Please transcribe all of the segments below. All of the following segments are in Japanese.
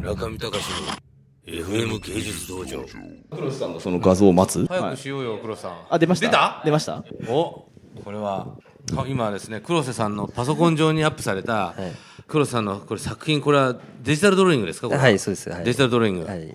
中見隆の FM 芸術道場黒さんのその画像を待つ早はくいしようよ、黒さん。あ、出ました出た出ましたおこれは、か今ですね、黒瀬さんのパソコン上にアップされた、黒瀬さんのこれ作品、これはデジタルドローイングですかこれはい、そうです。はいデジタルドローイング。はい、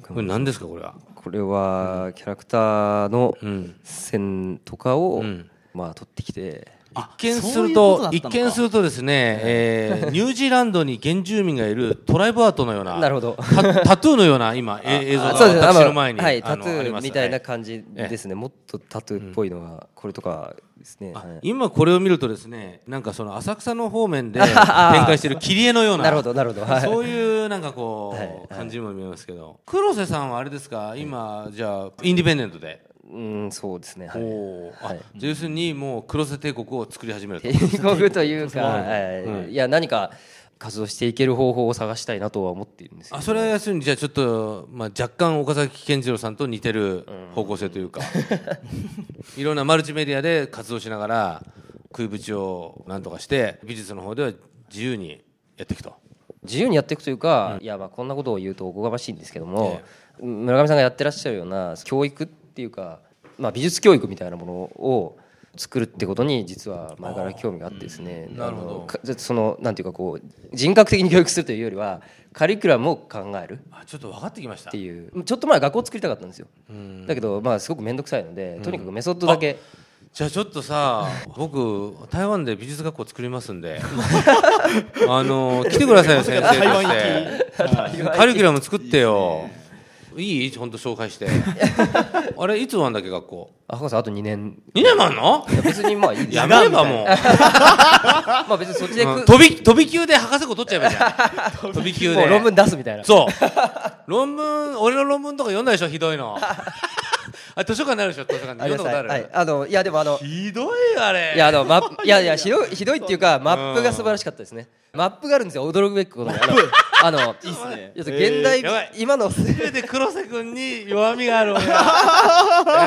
これ何ですか、これは。これはキャラクターのん線とかを、んまあ取ってきて、一見すそういるうことだとっ、たの一か見するとですね、えーニュージーランドに原住民がいるトライブアートのような、なるほどタタトゥーのような今、え映像があそうです私あの前に、はい、あタのトゥありまーすみたいなは感じですね。もっとタトゥーっぽいのがこれとかですね。あはい今これを見るとですね、なんかその浅草の方面 で展あ開している切り絵のような、なるほどなるほどはいそういうなんかこはいはう感じも見えますけど、黒瀬さんはあれですか、今じゃあインディペンデントで、うん、そうですね。はおい。おー、あはいじゃあ要するにもう黒瀬帝国を作り始めると。英国というか、はいはいいや何か活動していける方法を探したいなとは思っているんですけど。あそれは要するにじゃあちょっと、まあ、若干岡崎健次郎さんと似てる方向性と いうか、いろんなマルチメディアで活動しながら食いぶちをなんとかして美術の方では自由にやっていくと。自由にやっていくというか、いやまあこんなことを言うとおこがましいんですけども、村上さんがやってらっしゃるような教育っていうか、まあ、美術教育みたいなものを作るってことに実は前から興味があってですねなるほどあのかそのなんていうかこう人格的に教育するというよりはカリキュラムを考えるっあちょっと分かってきましたていうちょっと前は学校を作りたかったんですよだけどまあすごく面倒くさいのでとにかくメソッドだけ、じゃあちょっとさ僕台湾で美術学校作りますんで あの来てくだ さいよ先生として カリキュラム作ってよいい本当紹介して あれいつ終わんだっけ学校あ博士あと2年 2年もあんのいや別にまあいいですやめればもうまあ別にそっちでく、うん飛び飛び級で博士号取っちゃえばいいじ ゃん飛び級もでう論文出すみたいなそう論文俺の論文とか読んだでしょひどい のあ図書館になるでしょ図書館にあり読んがだとうこごとざある、いますはいあのいやでもあのひどいよあれいやあのマップいやいやひどいひどいっていうかマップが素晴らしかったですね。マップがあるんですよ驚くべきことにあのあのいいっすね。現代、えーやばい今のいせめて黒瀬君に弱みがある 俺は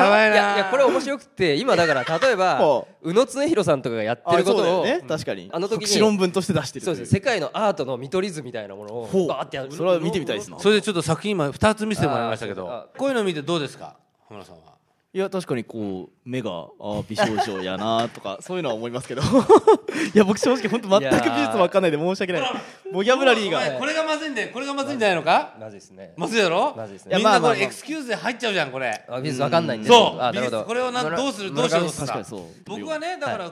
やばいなやいやこれ面白くて今だから例えばほ宇野恒弘さんとかがやってあるこそうだとよをね確かにあの時に博士論文として出してるそうです世界のアートの見取り図みたいなものほをうバーってやるそれは見てみたいですなそれでちょっと作品今2つ見せてもらいましたけあどこういうの見てどうですか浜田さんはいや確かにこう目があー美少女やなとかそういうのは思いますけど いや僕正直本当全く美術わかんないで申し訳ないボキャブラリーお前がこれがまずいんだよこれがまずいんじゃないのかなぜですね。まずいだろまずいですねみんなこいやまあまあまれあエクスキューズで入っちゃうじゃんこれあ美術わかんないんでそうあ美な術るほどこれをなん村どうするど村うしようどう上すさる確かんにそう僕はねだから、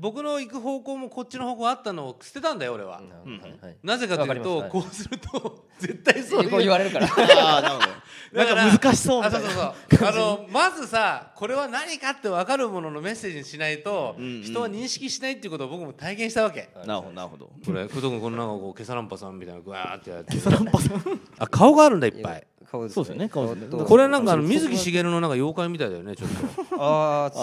僕の行く方向もこっちの方向あったのを捨てたんだよ俺は、はいはいなぜかというとわかりこうすると絶対そういうこう言われるからあーなるほどだらなんか難しそうみたいなあそうそうそうあのまずさこれは何かって分かるもののメッセージにしないと、んうん人は認識しないっていうことを僕も体験したわけなるほどなるほどこれ工藤君このなんかこうケサランパさんみたいなグワーってやってケサランパさんあ顔があるんだいっぱい顔そうですよね顔ですね顔とこれなんかあの水木しげるのなんか妖怪みたいだよねちょっとああそ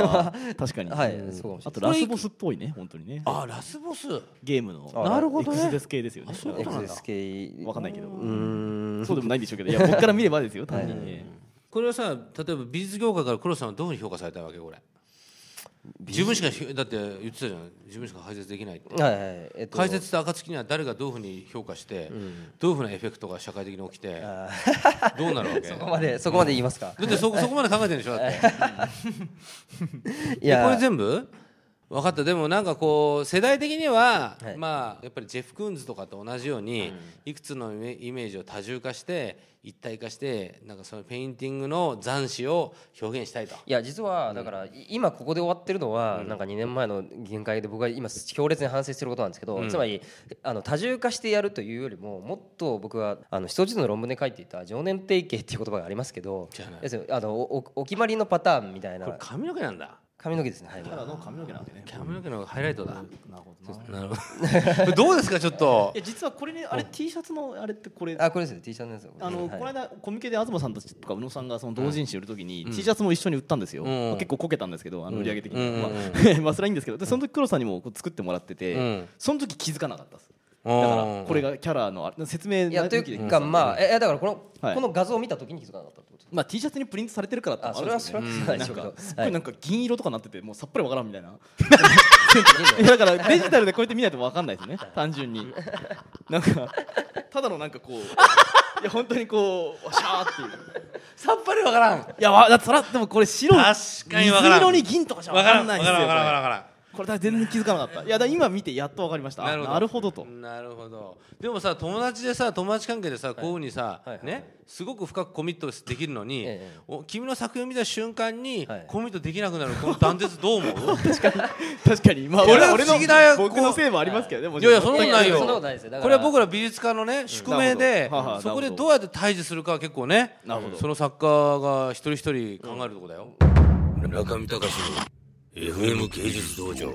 れあはー確かにはいうんそうかもしれないあとラスボスっぽいね本当にね あラスボスゲームのなるほどねエクスデス系ですよねそうエなんだクセス系わかんないけどうんそうでもないんでしょうけどいや 僕から見ればですよ単にねこれはさ例えば美術業界から黒田さんはどういうふうに評価されたわけこれ自分しかひだって言ってたじゃん自分しか解説できないってはいはいえっと解説した暁には誰がどういうふうに評価して、どういうふうなエフェクトが社会的に起きてどうなるわ けそこまでそこまで言いますか。だってそそこまで考えてるんでしょだっていえこれ全部分かったでもなんかこう世代的には、はいまあやっぱりジェフ・クーンズとかと同じように、いくつのイメイメージを多重化して一体化してなんかそのペインティングの斬新を表現したいと。いや実はだからい今ここで終わってるのはなんか2年前の限界で僕が今強烈に反省してることなんですけどつまりあの多重化してやるというよりももっと僕はあの一つの論文で書いていた情念定型っていう言葉がありますけどじゃあね要するにあのおおお決まりのパターンみたいこれな髪の毛なんだ髪の毛ですねはいただの髪の毛なんでね髪の毛のハイライトだなるほどななるほど どうですかちょっといや実はこれねあれ T シャツのあれってこれあこれですね T シャツのやつあの、このはい間コミケで東さんたちとか宇野さんがその同人誌売るときに、T シャツも一緒に売ったんですよ、うんまあ結構こけたんですけどあの売り上げ的に、うん まあまあそれはいいんですけどでその時黒さんにもこう作ってもらってて、うんその時気づかなかったです、ううんだからこれがキャラのあれ説明いやと抜きいでうかまあえいやだからこの、はいこの画像を見た時に気づかなかったってことまあ T シャツにプリントされてるからってのあもそあれるんはですよねそれは気なんづかないでしょうけかどすっごいなんかか銀色とかなっててもうさっぱりわからんみたい ないいやだからデジタルでこうやって見ないとわかんないですね単純 になんかただのなんかこう いや本当にこうわしゃーっていうさっぱりわからん。いやわだってそらでもこれ白確かにわからん水色に銀とかじゃわわかかららん。なわいかですよらん。わからん。わこれからん。これだから全然気づかなかったいやだから今見てやっとわかりましたあなるほどとなるほどでもさ友達でさ友達関係でさこういうふうにさ、はいはいねすごく深くコミットできるのに、ええお君の作品を見た瞬間に、はいコミットできなくなるこの断絶どう 思う確かにまあいや俺は俺俺不の思議だよ僕のせいもありますけどねもちいろやいやそんなことないいやいやよそんなことないですよだからこれは僕ら美術家のね宿命で、なるほどはあはあそこでなるほどどうやって対峙するかは結構ねなるほどその作家が一人一人考えるとこだよ、中見隆の FM 芸術道場。